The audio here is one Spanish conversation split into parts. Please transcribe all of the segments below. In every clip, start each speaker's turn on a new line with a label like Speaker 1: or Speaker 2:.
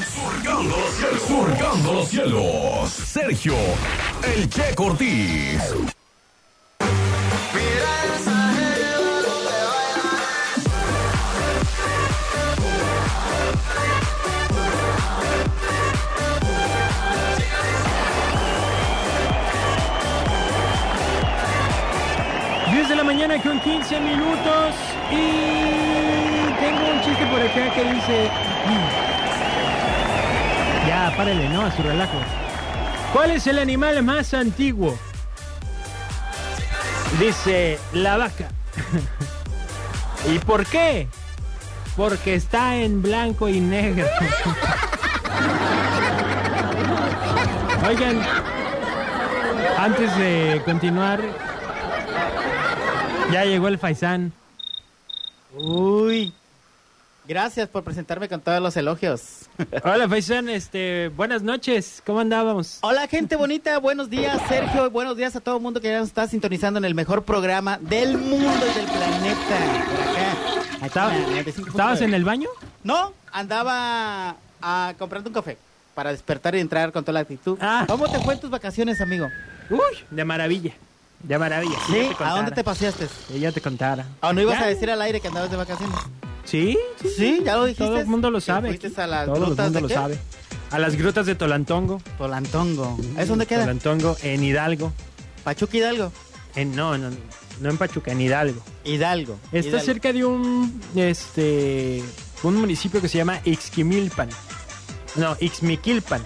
Speaker 1: Surcando los cielos. Surcando los cielos. Sergio, el Che Cortiz.
Speaker 2: de la mañana con 15 minutos y tengo un chiste por acá que dice... "Mm". Ya, párale, ¿no? A su relajo. ¿Cuál es el animal más antiguo? Dice la vaca. ¿Y por qué? Porque está en blanco y negro. Oigan, antes de continuar, ya llegó el Faisán.
Speaker 3: Uy. Gracias por presentarme con todos los elogios.
Speaker 2: Hola Faisán, este, buenas noches, ¿cómo andábamos?
Speaker 3: Hola gente bonita, buenos días Sergio, y buenos días a todo el mundo que ya nos está sintonizando en el mejor programa del mundo y del planeta. Por acá. Aquí
Speaker 2: ¿Estaba-
Speaker 3: en la 95.9.
Speaker 2: ¿Estabas en el baño?
Speaker 3: No, andaba a comprando un café para despertar y entrar con toda la actitud.
Speaker 2: Ah.
Speaker 3: ¿Cómo te fue en tus vacaciones, amigo?
Speaker 2: Uy, de maravilla, de maravilla. si ya te
Speaker 3: ¿A
Speaker 2: contara,
Speaker 3: dónde te paseaste?
Speaker 2: si ya te contara.
Speaker 3: ¿O no ibas
Speaker 2: Ya.
Speaker 3: a decir al aire que andabas de vacaciones?
Speaker 2: ¿Sí?
Speaker 3: Sí, ya lo dijiste.
Speaker 2: Todo el mundo lo
Speaker 3: Que
Speaker 2: sabe.
Speaker 3: fuiste
Speaker 2: aquí.
Speaker 3: a las
Speaker 2: Todo el
Speaker 3: grutas
Speaker 2: mundo
Speaker 3: de
Speaker 2: lo
Speaker 3: qué?
Speaker 2: sabe. A las grutas de Tolantongo.
Speaker 3: Tolantongo. ¿Es donde queda?
Speaker 2: Tolantongo, en Hidalgo.
Speaker 3: Pachuca Hidalgo.
Speaker 2: En, no, no, no en Pachuca, en Hidalgo.
Speaker 3: Hidalgo.
Speaker 2: Está
Speaker 3: Hidalgo.
Speaker 2: cerca de un, este, un municipio que se llama Ixquimilpan. No, Ixmiquilpan.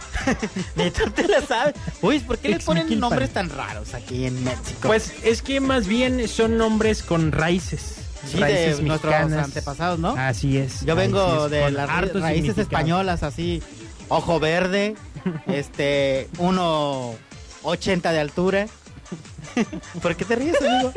Speaker 3: Ni tú te la sabes. Uy, ¿por qué le ponen
Speaker 2: Ixmiquilpan.
Speaker 3: nombres tan raros aquí en México?
Speaker 2: Pues es que más bien son nombres con raíces.
Speaker 3: sí, de
Speaker 2: raíces
Speaker 3: nuestros
Speaker 2: mexicanas.
Speaker 3: antepasados, ¿no?
Speaker 2: Así es.
Speaker 3: Yo vengo
Speaker 2: raíces
Speaker 3: de
Speaker 2: con
Speaker 3: las
Speaker 2: harto
Speaker 3: raíces
Speaker 2: significado.
Speaker 3: españolas, así, ojo verde, este, 1.80 de altura. ¿Por qué te ríes, amigo?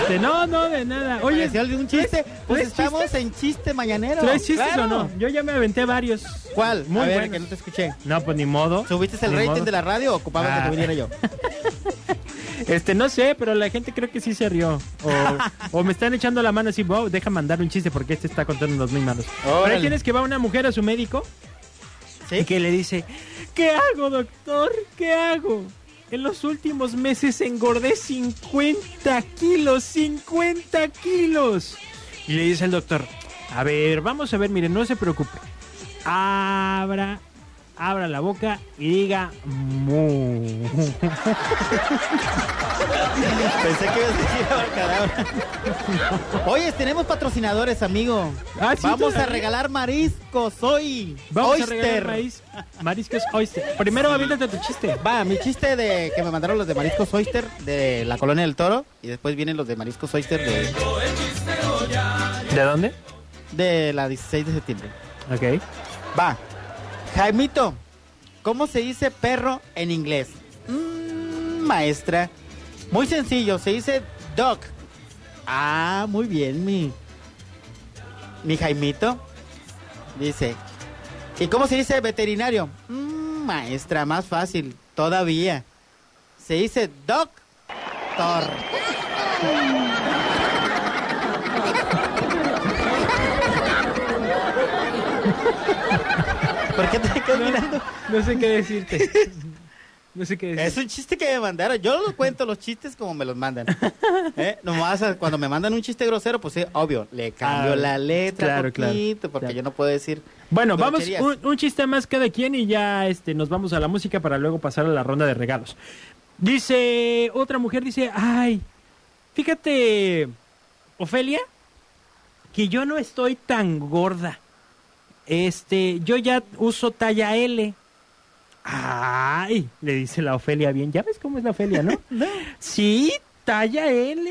Speaker 2: Este, no, no, de nada. Oye,
Speaker 3: Oye, si alguien un chiste, pues
Speaker 2: ¿traes
Speaker 3: estamos en chiste mañanero.
Speaker 2: ¿traes chistes
Speaker 3: Claro.
Speaker 2: o no? Yo ya me aventé varios.
Speaker 3: ¿Cuál?
Speaker 2: Muy
Speaker 3: a ver,
Speaker 2: buenos.
Speaker 3: que no te escuché.
Speaker 2: No, pues ni modo.
Speaker 3: ¿Subiste el
Speaker 2: Ni
Speaker 3: rating
Speaker 2: modo.
Speaker 3: de la radio o ocupabas
Speaker 2: Ah.
Speaker 3: que te viniera yo?
Speaker 2: Este, no sé, pero la gente creo que sí se rió. O, o me están echando la mano así, wow, deja mandar un chiste porque este está contando unos muy malos. Pero
Speaker 3: Órale.
Speaker 2: ahí tienes que va una mujer a su médico y
Speaker 3: ¿Sí?
Speaker 2: que le dice, ¿qué hago, doctor? ¿Qué hago? En los últimos meses engordé 50 kilos, 50 kilos. Y le dice el doctor, a ver, vamos a ver, mire, no se preocupe. Abra, abra la boca y diga, mu.
Speaker 3: Pensé que ibas a decir abracadabra. Oye, tenemos patrocinadores, amigo.
Speaker 2: Ah, sí,
Speaker 3: Vamos a
Speaker 2: todavía.
Speaker 3: regalar mariscos hoy.
Speaker 2: Vamos a regalar
Speaker 3: Oyster.
Speaker 2: maíz, mariscos oyster. Primero aviéntate tu chiste.
Speaker 3: Va, mi chiste de que me mandaron los de mariscos oyster de la colonia del toro y después vienen los de mariscos oyster de,
Speaker 2: ¿De dónde?
Speaker 3: de la 16 de septiembre.
Speaker 2: Ok.
Speaker 3: Va. Jaimito, ¿cómo se dice perro en inglés? Mm, maestra. Muy sencillo, se dice dog. Ah, muy bien, mi. Mi Jaimito. Dice. ¿Y cómo se dice veterinario? Mm, maestra, más fácil, todavía. Se dice doctor. ¿Por qué te quedas mirando?
Speaker 2: No sé qué decirte. No sé qué decirte.
Speaker 3: Es un chiste que me mandaron. Yo lo cuento los chistes como me los mandan. ¿Eh? Nomás a- cuando me mandan un chiste grosero, pues sí, obvio, le cambio
Speaker 2: Ah,
Speaker 3: la letra
Speaker 2: claro, claro,
Speaker 3: poquito, porque
Speaker 2: claro.
Speaker 3: yo no puedo decir.
Speaker 2: Bueno, vamos
Speaker 3: groserías.
Speaker 2: un, un chiste más cada quien y ya este, nos vamos a la música para luego pasar a la ronda de regalos. Dice otra mujer, dice, ay, fíjate, Ofelia, que yo no estoy tan gorda. Este, yo ya uso talla L. Ay, le dice la Ofelia bien, ya ves cómo es la Ofelia, ¿no? Sí, talla L.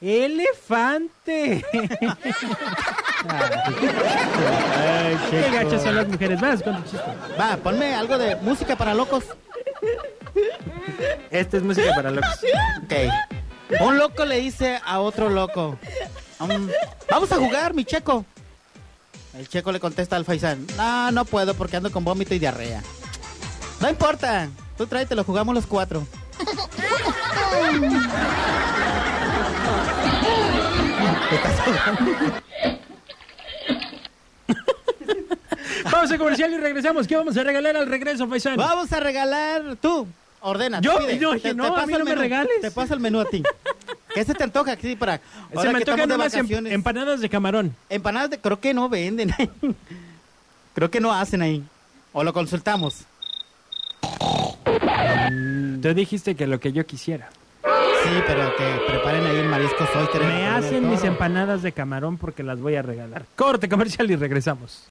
Speaker 2: Elefante. Qué gachas son las mujeres. Vas con tu chiste.
Speaker 3: Va, ponme algo de música para locos.
Speaker 2: Esta es música para locos.
Speaker 3: Ok. Un loco le dice a otro loco: "Mm, Vamos a jugar, mi checo. El checo le contesta al Faisán: No, no puedo porque ando con vómito y diarrea. No importa, tú tráete, lo jugamos los cuatro.
Speaker 2: Vamos a comercial y regresamos. ¿Qué vamos a regalar al regreso, Faisán?
Speaker 3: Vamos a regalar tú. Ordena.
Speaker 2: Yo,
Speaker 3: tú pide.
Speaker 2: yo dije, no, a mí
Speaker 3: el
Speaker 2: no me
Speaker 3: menú.
Speaker 2: regales.
Speaker 3: Te paso el menú a ti. ¿Qué se te antoja aquí para
Speaker 2: Se
Speaker 3: ahora que
Speaker 2: me
Speaker 3: estamos
Speaker 2: tocan
Speaker 3: de
Speaker 2: unas em-
Speaker 3: vacaciones?
Speaker 2: empanadas de camarón.
Speaker 3: Empanadas de- creo que no venden. creo que no hacen ahí. O lo consultamos.
Speaker 2: Tú dijiste que lo que yo quisiera.
Speaker 3: Sí, pero que preparen ahí el marisco soy.
Speaker 2: Me hacen mis empanadas de camarón porque las voy a regalar. Corte comercial y regresamos.